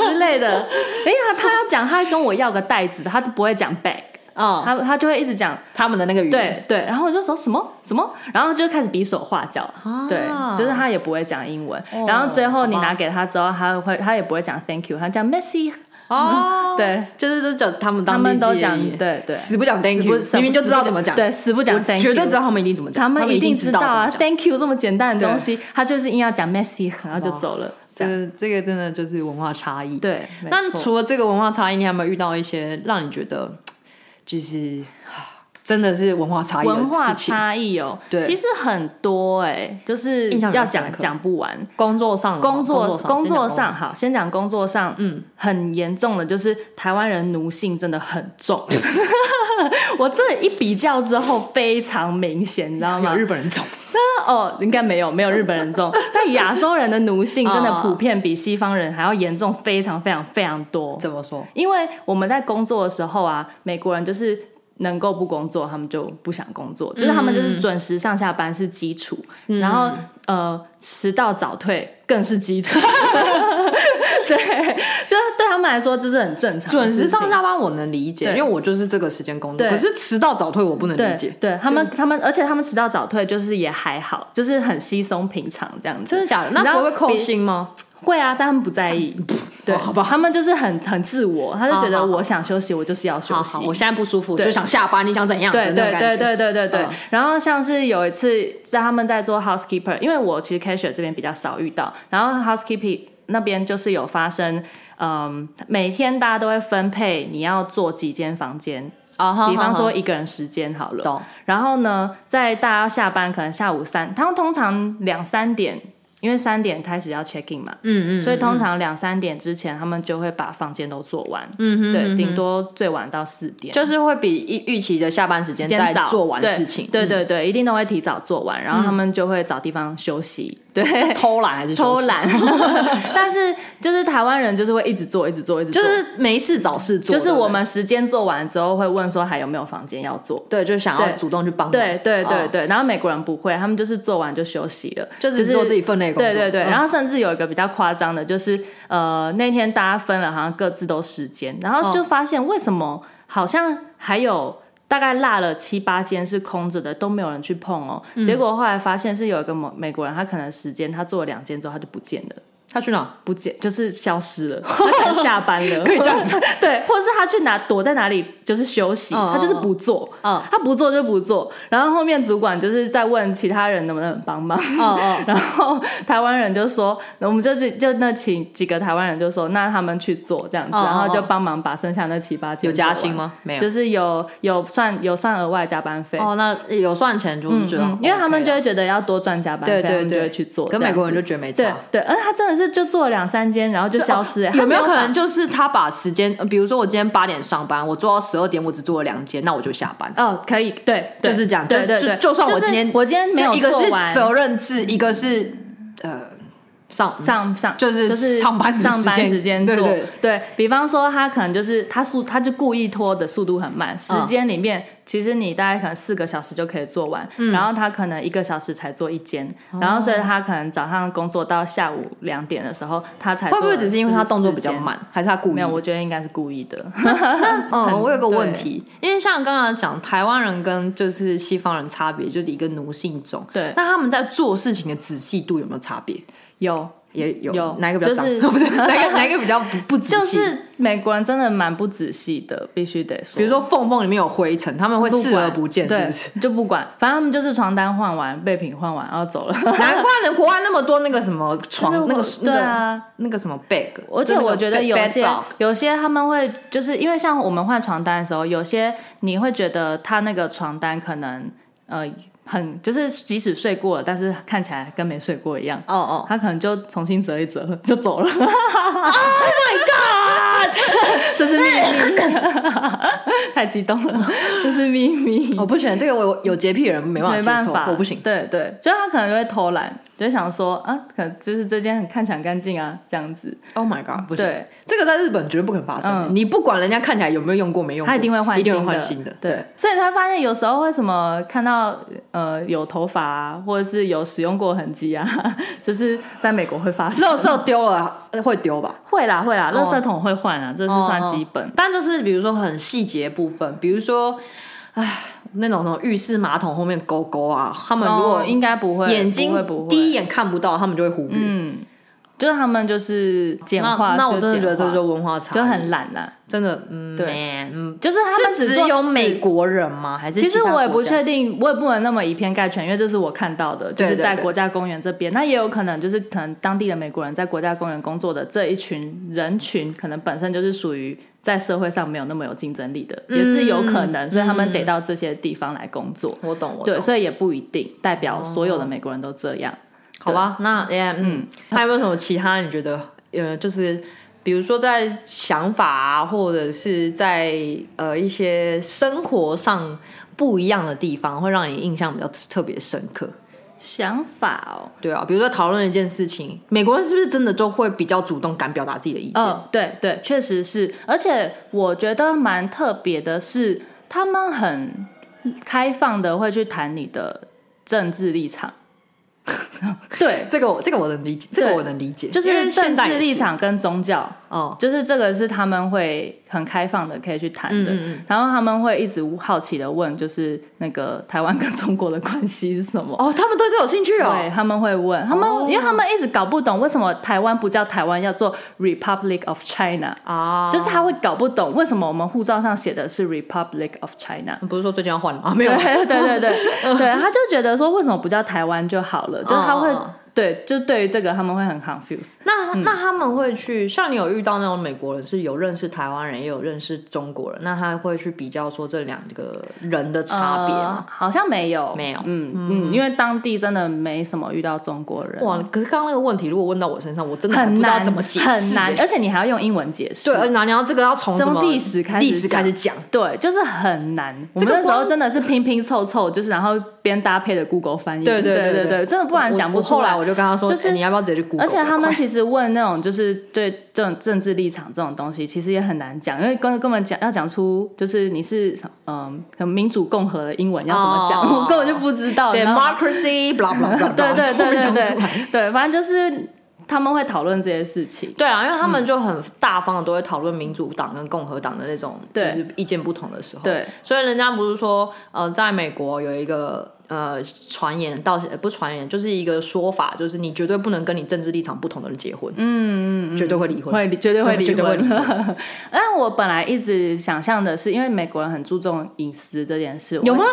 之类的。哎呀，他要讲，他跟我要个袋子，他就不会讲 bag，嗯，他他就会一直讲他们的那个语言，对对，然后我就说什么什么，然后就开始比手画脚，啊对，就是他也不会讲英文，哦然后最后你好吧拿给他之后，他会他也不会讲 thank you，他讲 messy，哦，对，就是就讲他们当嗯他地们都自己的讲语言对对，死不讲 thank 死不 you，死不明明就知道死不怎么讲，对，死不讲 thank you，绝对知道他们一定怎么讲，他们们一定知知道怎么啊讲。 ，thank you 这么简单的对东西，他就是硬要讲 messy，然后就走了，这样这这个真的就是文化差异。对，没那错除了这个文化差异，你还有没有遇到一些让你觉得就是啊真的是文化差异的文化事情？差异哦，对其实很多哎，就是印象比较要深讲刻讲不完，工作上的吗，工作工作作上好，先讲工作上，嗯嗯，很严重的就是台湾人奴性真的很重。 <laughs> 我这一比较之后非常明显，你知道先讲吗有？日本人 <laughs> 种，哦，应该没有没有日本人 <laughs> 重，但亚洲人的奴性真的普遍比西方人还要严重，非常非常非常多。怎么说？因为我们在工作的时候啊，美国人就是能够不工作，他们就不想工作，就是他们嗯就是准时上下班是基础，然后呃迟到早退更是 <laughs> 基础。对，就是对他们来说这是很正常的准事情，时上下班我能理解，因对为我就是这个时间工作。对可是迟到早退我不能理对解，对，他们他们，而且他们迟到早退就是也还好，就是很稀松平常这样真子。的假的？你知那道不会扣比薪吗？会啊，但他们不在意。对，嗯好吧，他们就是很很自我，他就觉好得好我想休息，我就是要休好息好，。我现在不舒服，对就想下班，你想怎样的对那种对感对觉？对对对对嗯。然后像是有一次在他们在做 housekeeper，因为我其实 cashier 这边比较少遇到，然后 housekeeping 那边就是有发生，嗯，每天大家都会分配你要做几间房间，啊哈，比哈方说哈一个人十间好了。懂然后呢，在大家下班可能下午三，他们通常两三点，因为三点开始要 check in 嘛，嗯嗯，所以通常两三点之前他们就会把房间都做完，嗯哼对，顶多最晚到四点。就是会比预预期的下班时间再早做完对事情，对嗯对对，一定都会提早做完，然后他们就会找地方休息，是 <laughs> 对，嗯偷懒还是休息偷？懒。 <laughs> <laughs> 但是就是台湾人就是会一直做，一直做，一直就做，是没事找事做，就是对不对我们时间做完之后会问说还有没有房间要做，对，就想要对主动去帮忙，对对对哦，对，然后美国人不会，他们就是做完就休息了，就只是做自己分内的工对作，对对，嗯然后甚至有一个比较夸张的，就是呃那天大家分了，好像各自都时间，然嗯后就发现为什么好像还有大概落了七八间是空着的，都没有人去碰哦。嗯结果后来发现是有一个美美国人，他可能时间他做了两间之后他就不见了。他去哪？不见就是消失 <laughs> 了，他可能下班了，可以这样子 <laughs> 对，或者是他去哪躲在哪里就是休息，嗯他就是不做，嗯他不做就不做，然后后面主管就是在问其他人能不能帮忙，哦哦，然后台湾人就说，我们就去就那请几个台湾人就说，那他们去做这样子，哦哦哦然后就帮忙把剩下那七八 <laughs> 件有加薪做完？吗？没有。就是有有算有算额外加班费，哦，那有算钱就是觉得哦嗯，因为他们 OK 就了会觉得要多赚加班费，对对他们就对会去做这跟样美子。国人就觉得没对差，对，而他真的的是就做了两三间，然后就消失、欸。有没有有可能就是他把时间，呃比如说我今天八点上班，我做到十二点，我只做了两间，那我就下班，把？哦，可以，对，就对是这样。对就对就对，就算我是今天我今天没有就一个做是完责任制，一个是呃上上上就是就是上班的上班时间时间做对对比方说他可能就是他速他就故意拖的速度很慢，时嗯间里面、其实你大概可能四个小时就可以做完，嗯然后他可能一个小时才做一间，哦然后所以他可能早上工作到下午两点的时候他才会不会只是因为他他动作比较？慢，还是他故意没有，我觉得应该是故意 <laughs> 的。嗯，很我有个问题，因为像刚刚讲台湾人跟就是西方人差别，就是一个奴性种。对那他们在做事情的仔细度有没有差别？有，也有有哪一个比较就 <laughs> 是脏？不 <laughs> 是哪一个哪一个比较不不仔就细？是美国人真的蛮不仔细的，必须得说。比如说缝缝里面有灰尘，他们会不视而管不见，是对不是？，就不管，反正他们就是床单换完，备品换完，然后走 <laughs> 了。难怪呢，国外那么多那个什么床就是，我那个那对个啊，那个什么 bag，而且就那个我觉得 bed- 有 bed 些 bug 有些他们会就是因为像我们换床单的时候，有些你会觉得他那个床单可能呃很就是即使睡过了，但是看起来跟没睡过一样。哦哦，他可能就重新折一折 <laughs> 就走了。oh my god！这是 <laughs> 秘密， <laughs> 太激动了，这是秘密。我哦不行，这个我有有洁癖的人没办嗯没法接办受，法，我 <laughs> 不行。对对，就他可能就会偷懒，就想说啊，可能就是这件很看起来很干净啊，这样子。 Oh my god，不行，对，嗯这个在日本绝对不可能发生。你不管人家看起来有没有用过，没用过，他一定会换一定会新的换新的。对，所以才发现有时候为什么看到呃有头发啊，或者是有使用过痕迹啊， <laughs> 就是在美国会发只生。有时候丢了会丢吧，会啦会啦，哦垃圾桶会换啊，这是算基本。但就是比如说很细节部分，比如说，唉，那种什么浴室马桶后面勾勾啊，他们如哦果应该不会，眼不会不睛会，第一眼看不到，他们就会忽略。嗯，就是他们就是简那化，那我真的简觉得这化就是文化差异，就很懒啦，真的，嗯，对对，嗯，就是他们是只做有美国人吗？还是其实他我也国不家确定，我也不能那么以偏概全，因为这是我看到的，就对是对在对国家公园这边，那也有可能就是可能当地的美国人在国家公园工作的这一群人群，可能本身就是属于在社会上没有那么有竞争力的，嗯也是有可能，所以他们得到这些地方来工作。我嗯懂，我懂哦对，，所以也不一定代表所有的美国人都这样。好吧，那也嗯，还有没有什么其他你觉得呃，就是比如说在想法啊，或者是在呃一些生活上不一样的地方，会让你印象比较特别深刻？想法哦，对啊，比如说讨论一件事情，美国人是不是真的就会比较主动敢表达自己的意见？嗯，对对，确实是，而且我觉得蛮特别的是，他们很开放的会去谈你的政治立场。 <laughs> 对，这个我这个我能理解，这个我能理解，就因为是现政在治也立是，场跟宗教，哦，就是这个是他们会很开放的可以去谈的。嗯嗯然后他们会一直好奇的问，就是那个台湾跟中国的关系是什么？哦，他们对这有兴趣对，哦，他们会问他们，因为他们一直搞不懂为什么台湾不叫台湾，要做 Republic of China。啊，就是他会搞不懂为什么我们护照上写的是 Republic of China。不是说最近要换了吗？没有对，对对对对，他就觉得说为什么不叫台湾就好了？就是他会嗯嗯嗯对，就对于这个他们会很 confused。那那他们会去，像你有遇到那种美国人是有认识台湾人，也有认识中国人，那他会去比较说这两个人的差别吗？呃好像没有，没有嗯嗯，因为当地真的没什么遇到中国人，哇，可是刚刚那个问题，如果问到我身上，我真的还不很知道难怎么解释，很难，。而且你还要用英文解释对，。而且然后这个要从什么从历史开始历史开始讲，对，就是很难。我这个们那时候光真的是拼拼凑凑，就是然后边搭配的 Google 翻译。对对对对对对真的不然讲不我出后来来。我就跟他说，就是哎你要不要直接去 Google？而且他们快其实问那种就是对这种政治立场这种东西，其实也很难讲，因为根根本讲要讲出就是你是嗯、可能民主共和的英文要怎么讲，哦我根本就不知道。你知道吗 democracy blah blah blah，对对对对出来。对对，反正就是他们会讨论这些事情。对啊，因为他嗯们就很大方的都会讨论民主党跟共和党的那种，就对是意见不同的时候。对，所以人家不是说，呃，在美国有一个呃传言，到呃不是传言，就是一个说法，就是你绝对不能跟你政治立场不同的人结婚，嗯嗯绝对会离婚。会离绝对会对离绝对会婚离。 <laughs> 但我本来一直想象的是，因为美国人很注重隐私这件事，有我吗？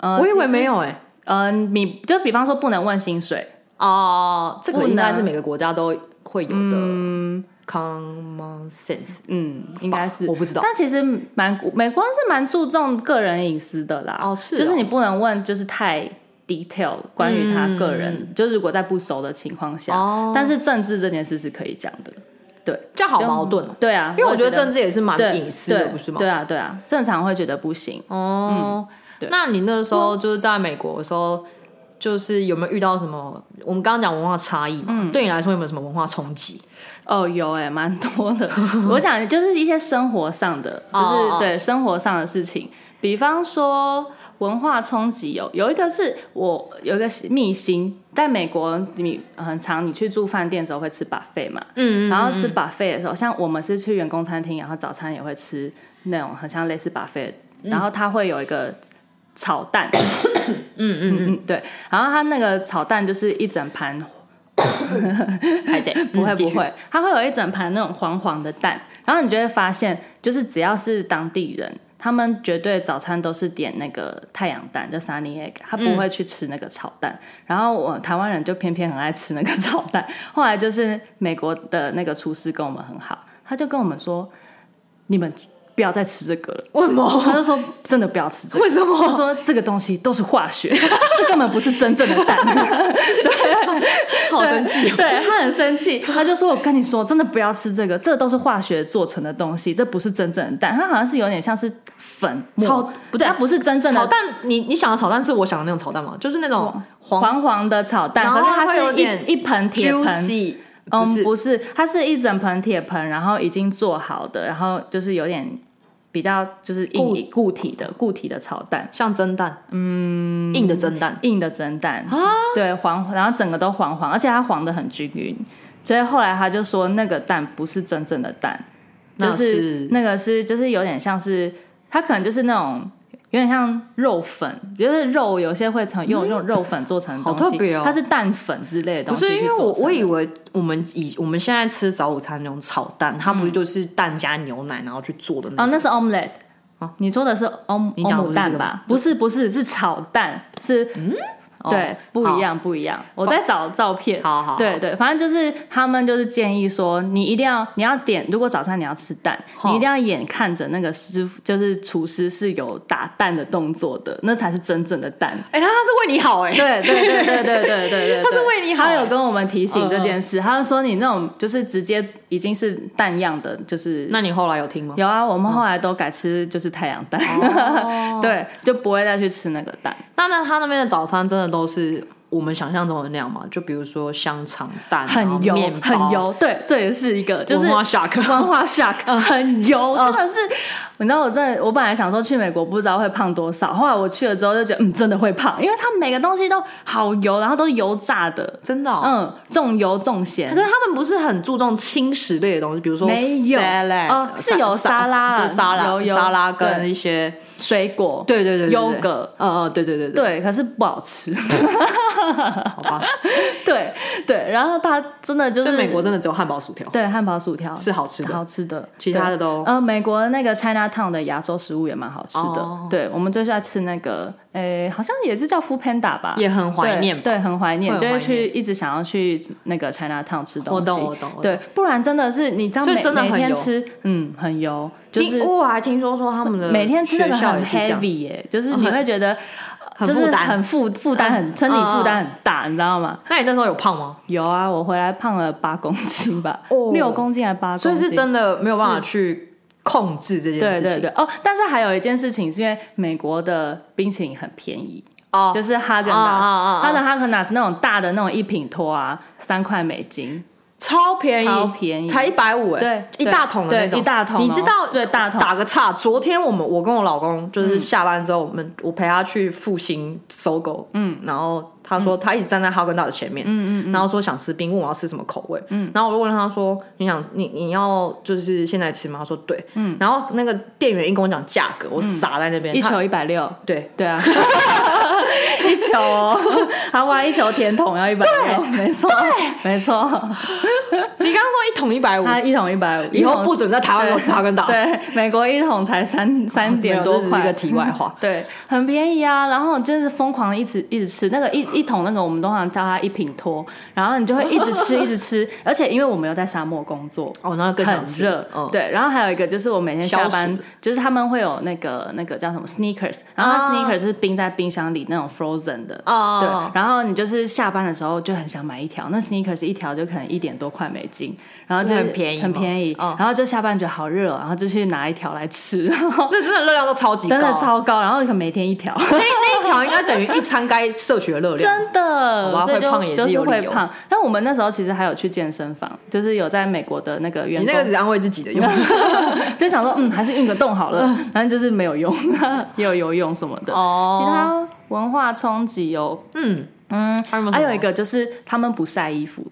呃我以为没有哎、呃，你就比方说不能问薪水，哦、这不个能应该是每个国家都会有的 common sense，嗯，应该是我不知道。但其实蛮美国人是蛮注重个人隐私的啦，哦是哦就是你不能问，就是太 detail 关于他个人，就是如果在不熟的情况下，嗯哦但是政治这件事是可以讲的。这样好矛盾哦。对啊，因为我觉得政政治也是蛮对隐私的，对不是吗？对啊，对啊，正常会觉得不行。哦、对那你那时候就是在美国的时候，就是有没有遇到什么？我们刚刚讲文化差异嘛，嗯对你来说有没有什么文化冲击？哦，有哎、蛮多的。我想就是一些生活上的，就是哦哦对生活上的事情，比方说文化冲击有有一个是我有一个秘辛，在美国你很常你去住饭店的时候会吃 buffet 嘛，嗯然后吃 buffet 的时候，像我们是去员工餐厅，然后早餐也会吃那种很像类似 buffet，然后它会有一个炒蛋，嗯嗯，嗯，对，然后它那个炒蛋就是一整盘拍 <laughs> 谁？不会嗯继不续会，它会有一整盘那种黄黄的蛋，然后你就会发现，就是只要是当地人，他们绝对早餐都是点那个太阳蛋，就 sunny egg，他不会去吃那个炒蛋。然后我台湾人就偏偏很爱吃那个炒蛋。 <laughs> 后来就是美国的那个厨师跟我们很好，他就跟我们说，你们不要再吃这 <laughs> 个了。为什么？他就说真的不要吃这个，为什他么？说这个东西都是化学， <laughs> 这根本不是真正的蛋。好生气、哦！对他很生气，他就说：“我跟你说，真的不要吃这个，这都是化学做成的东西，这不是真正的蛋。它好像是有点像是粉末炒不对它不是真正炒的蛋，你你想的炒蛋是我想的那种炒蛋吗？就是那种黄黄黄的炒蛋，然后可是它会是有点一一盆铁盆。” ，juicy，不嗯，是不是，它是一整盆铁盆，然后已经做好的，然后就是有点比较就是硬固体的固体的炒蛋，像蒸蛋，嗯，硬的蒸蛋。硬的蒸蛋对黄，然后整个都黄黄，而且它黄的很均匀，所以后来他就说那个蛋不是真正的蛋，那就是那个是就是有点像是它可能就是那种。有点像肉粉，就是肉有些会成用用肉粉做成的东西，嗯好特别哦它是蛋粉之类的东不西去是因做成为的。我我以为我们以我们现在吃早午餐那种炒蛋，它不是就是蛋加牛奶然后去做的那种？哦，那是 omelette。你说的是 om 哦你讲欧的不是姆嗯蛋这个吧？不是不是是炒蛋，是哦对不一样不一样。我在找照片。好好好对对，反正就是他们就是建议说，你一定要你要点，如果早餐你要吃蛋，好你一定要眼看着那个师傅，就是厨师是有打蛋的动作的，那才是真正的 <laughs> 蛋。哎、那他是为你好哎、对对对对对对对对，他是为你好他有跟我们提醒这件事，他就说你那种就是直接已经是蛋样的，就是那你后来有听吗？有啊，我们后来都改吃就是太阳蛋，哦 <laughs> 对，就不会再去吃那个蛋。那那他那边的早餐真的都是我们想象中的那样吗？就比如说香肠蛋，然后很油面，包很，油，对，这也是一个就是文化 shock 文化 shock，很油，嗯真的是。你知道我真的，我本来想说去美国不知道会胖多少，后来我去了之后就觉得，嗯，真的会胖，因为它每个东西都好油，然后都是油炸的，真的、哦。嗯，重油重咸可。是他们不是很注重轻食类的东西，比如说没有 salad，哦是有沙拉就是沙有拉、有沙拉跟对一些水果，对对对对对优格，嗯嗯，对对 <laughs> 对对，对，可是不好吃， <laughs> 好吧。对对。然后它真的就所是以美国真的只有汉堡、薯条对汉堡、薯条是好吃的，好吃的，其他的都对呃，美国那个 China Town 的亚洲食物也蛮好吃的。哦对，我们就是在吃那个，诶、好像也是叫 Food Panda 吧，也很怀念吧。对，对，很怀念，会很就怀会念去一直想要去那个 China Town 吃东我西。懂我懂我懂对，不然真的是你知道所以每真的每很天油吃，嗯，很油，就是听我还听说说他们的每天吃那学个校很也是这样，哦 heavy 耶、就是你会觉得。很就负是担嗯很负负担很身体负担很大，你知道吗？那你那时候有胖吗？有啊，我回来胖了八公斤吧 <laughs> 哦，六、公斤还八公斤，所以是真的没有办法去控制这件事对情。对对，哦，但是还有一件事情，是因为美国的冰淇淋很便宜，哦，就是哈根啊啊啊达啊斯，它的哈根达斯那种大的那种一品托啊，三块美金，超便宜，超便宜才一百五哎，对一大桶的对那种，一大桶哦嗯你知道最大桶打个岔，昨天我们我跟我老公就是下班之后，我们我陪他去复兴搜狗，嗯，然后他说他一直站在哈根达斯前面，嗯嗯，然后说想吃冰，问我要吃什么口味，嗯，然后我就问他说你想你你要就是现在吃吗？他说对，嗯，然后那个店员一跟我讲价格，我傻在那边，嗯一他球一百六，对。<laughs> 对啊， <laughs> 一球、哦，台湾一球甜筒要一百六，没错，没错，你刚刚说一桶一百五，它一桶一百五，以后不准在台湾对用吃哈根达斯。对，美国一桶才三三点哦没多有这只块，。是一个题外话对，很便宜啊。然后就是疯狂一直一直吃那个一一桶那个，我们通常叫它一品脱，然后你就会一直吃一直吃，而且因为我们有在沙漠工作。哦，那更很想吃热，嗯，对。然后还有一个就是我每天下消班，就是他们会有那个那个叫什么 sneakers，然后它啊 sneakers 是冰在冰箱里那种 frozen 的，对哦，。然后你就是下班的时候就很想买一条，那 sneakers 一条就可能一点多块美金，然后就那很便宜很吗便宜。嗯然后就下班觉得好热哦，然后就去拿一条来吃，然 <laughs> 后哦那真的热量都超级高，真的超高，然后可能每天一 <laughs> 条，那那一条应该等于一餐该摄取的热量。真的，好吧所以会胖也就是就是有理会由胖。但我们那时候其实还有去健身房，就是有在美国的那个员你工那个只是安慰自己的用，就想说，嗯，还是运个动好了，然后就是没有用， <laughs> 也有游泳什么的。哦其他文化冲击有，嗯，嗯，还有没有什么还有一个就是他们不晒衣服，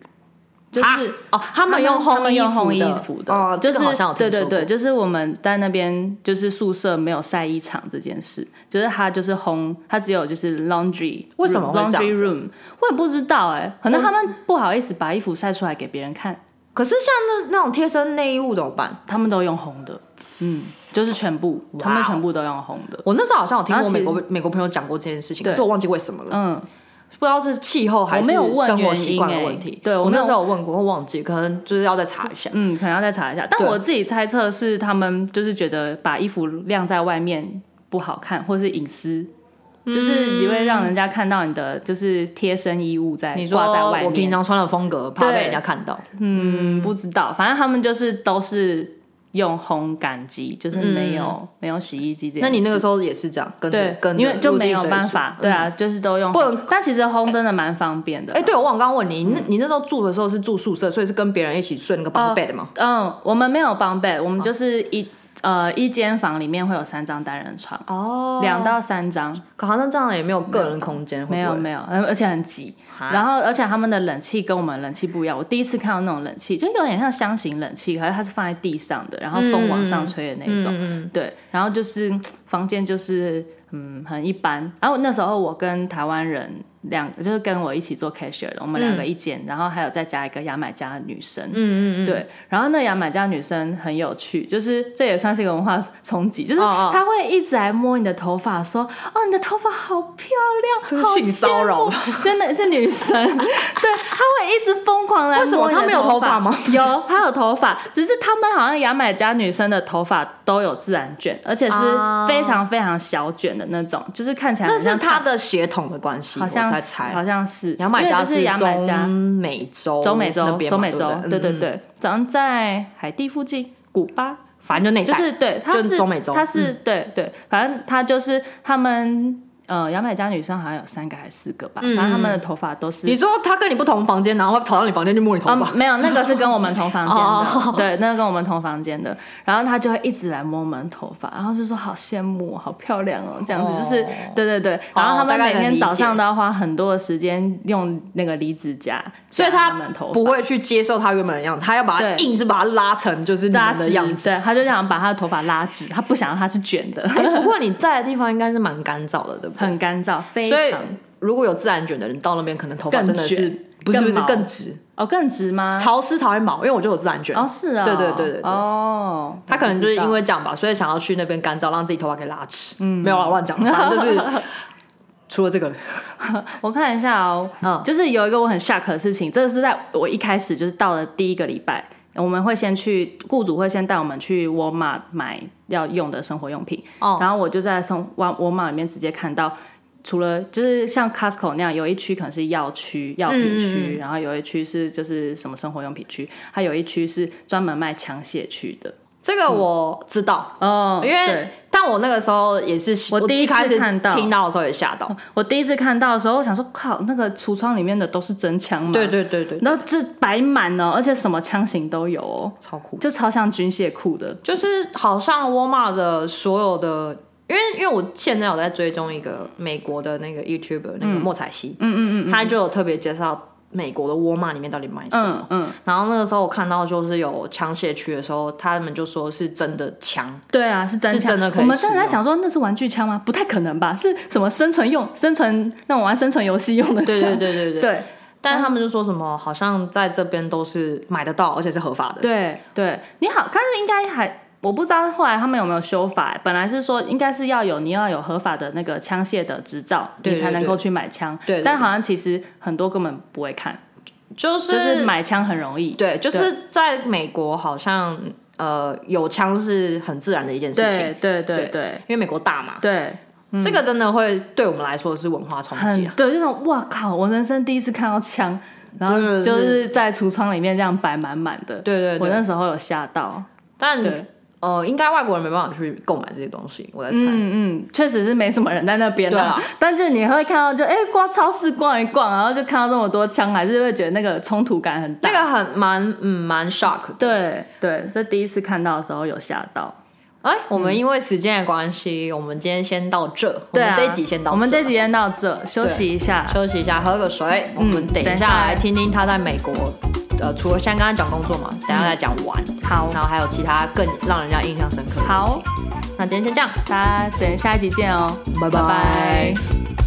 就是啊哦，他们用他烘们用烘衣衣服服的，哦，就是这个好像有对听对说过对，就是我们在那边就是宿舍没有晒衣场这件事，就是它就是烘，它只有就是 laundry，为什么会这样 laundry 子 room？我也不知道哎、可能他们不好意思把衣服晒出来给别人看，可是像那那种贴身内衣物怎么办？他们都用烘的，嗯，就是全部，他们全部都用烘的，我那时候好像有听然过后美其实国美国朋友讲过这件事情，对可是我忘记为什么了，嗯，不知道是气候还我是没有问生活原习因惯的欸问题。对我我没那有时候有问过，我忘记，可能就是要再查一下。嗯，可能要再查一下。但对我自己猜测是他们就是觉得把衣服晾在外面不好看，或是隐私，嗯就是你会让人家看到你的就是贴身衣物在你说挂在外我平面。常穿的风格，怕被对人家看到，嗯，不知道，反正他们就是都是用烘干机，就是没有、没有洗衣机这件那事。你那个时候也是这样，跟着嗯对，跟着因为就入境没有随办俗嗯法，对啊，就是都用烘。不能但其实烘真的蛮方便的。哎、对，我忘了刚刚问你，嗯你那你那时候住的时候是住宿舍，所以是跟别人一起睡那个 bunk bed 吗？哦嗯，我们没有帮被，我们就是一、呃一间房里面会有三张单人床。哦两到三张，可好像这样也没有个人空间，没有会不会没有，呃而而且很挤。哈然后，而且他们的冷气跟我们冷气不一样。我第一次看到那种冷气，就有点像箱型冷气，可是它是放在地上的，然后风往上吹的那种。嗯对，然后就是嗯房间就是嗯很一般。然后那时候我跟台湾人两个，就是跟我一起做 cashier 的，我们两个一间，然后还有再加一个牙买加的女生。嗯嗯嗯，对。然后那牙买加女生很有趣，就是这也算是一个文化冲击，就是哦哦她会一直来摸你的头发，说：“哦，你的头发好漂亮，这是好性骚扰羡慕 <laughs> 真的是女生，对，她会一直疯狂来摸为什么你的她没有头头发吗有，她有头发，只是她们好像牙买加女生的头发都有自然卷，而且是啊非常非常小卷的那种，就是看起来那很像是他的血统的关系，好像我在是猜。好像是牙买加因为就是牙买加中美洲中美那洲边嘛中美洲对不，对对对嗯对，早上在海地附近，古巴。反正就那一就带是对，他就是中美洲嗯他是、对对，反正他就是他们呃，牙买加女生好像有三个还是四个吧，反正他们的头发都是嗯你说他跟你不同房间，然后跑到你房间去摸你头发，嗯，没有，那个是跟我们同房间哦的， <laughs> 对，那个跟我们同房间的。然后他就会一直来摸我们头发，然后就说好羡慕哦，好漂亮哦，这样子哦就是，对对对。然后大他们概每能天理早解上都要花很多的时间用那个离子夹所夹以他他们啊头发，不会去接受他原本的样子，他要把对它硬是把它拉成就是你拉们的直，样子。对，他就想把他的头发拉直，他不想让它是卷 <laughs> 的，哎不过你在的地方应该是蛮干燥的，对不对？很干燥，非所以常如果有自然卷的人到那边，可能头发更真的是卷不是不是更毛更直，哦，更直吗？潮湿才会毛，因为我就有自然卷。哦，是啊、对对对对对哦，他可能就是我不知道因为这样吧，所以想要去那边干燥，让自己头发给拉直。嗯，没有啦，乱讲，反正就是 <laughs> 除了这个，我看一下哦，嗯就是有一个我很 shock 的事情，这个是在我一开始就是到了第一个礼拜，我们会先去，雇主会先带我们去沃尔玛买要用的生活用品，哦然后我就在从沃沃尔玛里面直接看到。除了就是像 Costco 那样，有一区可能是药区、药品区，嗯然后有一区是就是什么生活用品区，还有一区是专门卖枪械区的。这个我知道，哦，因对为但我那个时候也是，我我第一一开次始看到听到的时候也吓到。哦我第一次看到的时候，我想说靠，那个橱窗里面的都是真枪吗？对对对对，然后这摆满了，而且什么枪型都有哦，超酷。就超像军械库的。就是好像沃尔玛的所有的，因为因为我现在有在追踪一个美国的那个 YouTuber 那个莫彩希，嗯嗯嗯，他就有特别介绍美国的沃尔玛里面到底卖什么。嗯嗯，然后那个时候我看到就是有枪械区的时候，他们就说是真的枪，对啊，是真枪。是真的可以哦我们真的在使用想说，那是玩具枪吗？不太可能吧？是什么生存用、生存那种玩生存游戏用的枪？对对对对对。对但是他们就说什么好像在这边都是买得到，而且是合法的。对对，你好，但是应该还我不知道后来他们有没有修法。欸本来是说应该是要有你要有合法的那个枪械的执照，对你才对能对够去买枪。对对但对好像其实很多根本不会看，就是就是买枪很容易。对，就是在美国好像呃有枪是很自然的一件事情，对对对对啊对因为美国大嘛，对，这个真的会对我们来说是文化冲嗯很击啊。对，就种哇靠，我人生第一次看到枪，然后真的是就是在橱窗里面这样摆满满的。嗯对对我对，那时候有吓到，但对，呃，应该外国人没办法去购买这些东西，我在猜。嗯嗯，确实是没什么人在那边对啦啊。但是你会看到就，哎逛超市逛一逛，然后就看到这么多枪，还是会觉得那个冲突感很大。那个很蛮嗯蛮 shock 的，对对，这第一次看到的时候有吓到。哎，嗯我们因为时间的关系，我们今天先到这，对啊，我们这一集先到这，我们这一集先到这，休息一下。休息一下，喝个水，我们等等一一下下来听听他在美国，呃，除了像刚刚讲工作嘛，嗯等一下再讲玩，好，然后还有其他更让人家印象深刻的事情。好，那今天先这样，大家等下一集见哦，拜拜拜拜